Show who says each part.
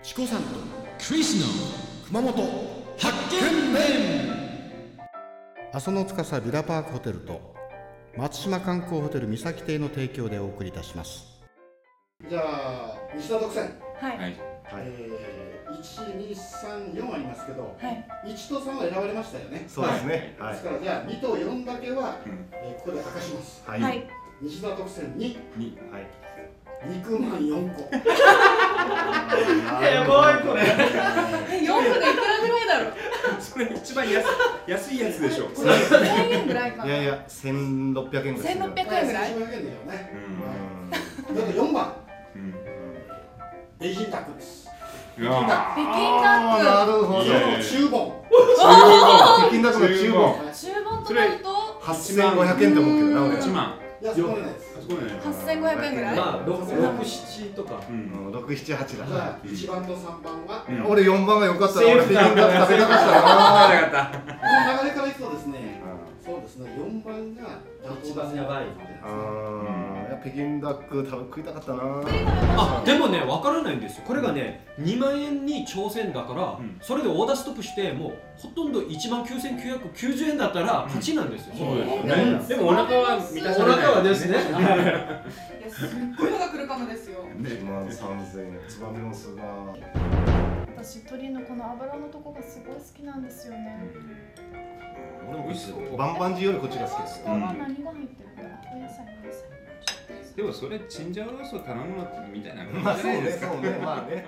Speaker 1: チコさんとクリスの熊本発見面
Speaker 2: 阿蘇の司ビラパークホテルと松島観光ホテル三崎邸の提供でお送りいたしますじゃあ西田独占、
Speaker 3: はい、はい、
Speaker 2: えー、1234ありますけど
Speaker 3: はい、
Speaker 2: 1と3は選ばれましたよね
Speaker 4: そうですね。は
Speaker 2: で
Speaker 4: い
Speaker 2: す。からじゃあ2と4だけは、
Speaker 4: うん
Speaker 2: えーここで明かします
Speaker 4: は
Speaker 3: はい。、
Speaker 2: 西田特選に
Speaker 4: に、はい。
Speaker 2: 肉まん4個
Speaker 4: やばいこれ。
Speaker 3: え、四個でいくらぐらいだろう。
Speaker 4: それ一番安安いやつでしょ。
Speaker 3: これ千円ぐらいか
Speaker 4: い
Speaker 3: な。
Speaker 4: やいや、千六百円ぐらい。
Speaker 3: 1600円
Speaker 2: これ
Speaker 3: ぐらい。
Speaker 2: 1500円だよね
Speaker 4: う、
Speaker 2: だから4番
Speaker 4: ん。うん。
Speaker 2: ベジタクです
Speaker 4: うん。あ
Speaker 3: 北京
Speaker 4: あー、な
Speaker 3: ダック。
Speaker 4: るほど。
Speaker 2: そ
Speaker 4: 中
Speaker 2: れの中盆
Speaker 4: 国。北京ダックの中国。
Speaker 3: 中盤となると
Speaker 4: 八千五百円って思うけどな、俺。
Speaker 5: 一万。
Speaker 2: いやそこでないです
Speaker 5: あそこね。
Speaker 3: 八千五百円ぐらい。
Speaker 5: まあ六六七とか。
Speaker 4: う
Speaker 5: うん。
Speaker 4: ん、六七八だ
Speaker 2: じ。ゃあ1番と3番 は、
Speaker 5: うん
Speaker 4: 俺四番が良かったな。俺北京ダック食べたか
Speaker 5: な
Speaker 4: ったな。
Speaker 5: かった。
Speaker 2: この流れからいくとですね、そうですね、4番が
Speaker 5: 一番やばい
Speaker 4: ああ、いや北京ダック食べ食いたかったな。
Speaker 6: あでもね分からないんですよこれがね2万円に挑戦だから、
Speaker 4: うん
Speaker 6: それでオーダーストップしてもうほとんど1万9990円だったら勝ちなんですよ、
Speaker 5: そうです
Speaker 4: ね
Speaker 5: ね。でもお腹は満た
Speaker 6: お
Speaker 5: されない。
Speaker 6: 腹はですね。
Speaker 3: いや、すっごいのが来るかもですよ。
Speaker 4: 一万三千円。つばめの巣が。
Speaker 7: 私鶏のこの油のとこがすごい好きなんですよね。
Speaker 4: 俺も美味しそう。バンバンジーよりこっちが好きです
Speaker 7: 下。は何が入ってるんだろう。お野菜お野菜。
Speaker 5: でもそれチンジャオロースを頼むのみたいな。
Speaker 4: まあそうね、そうね、まあね。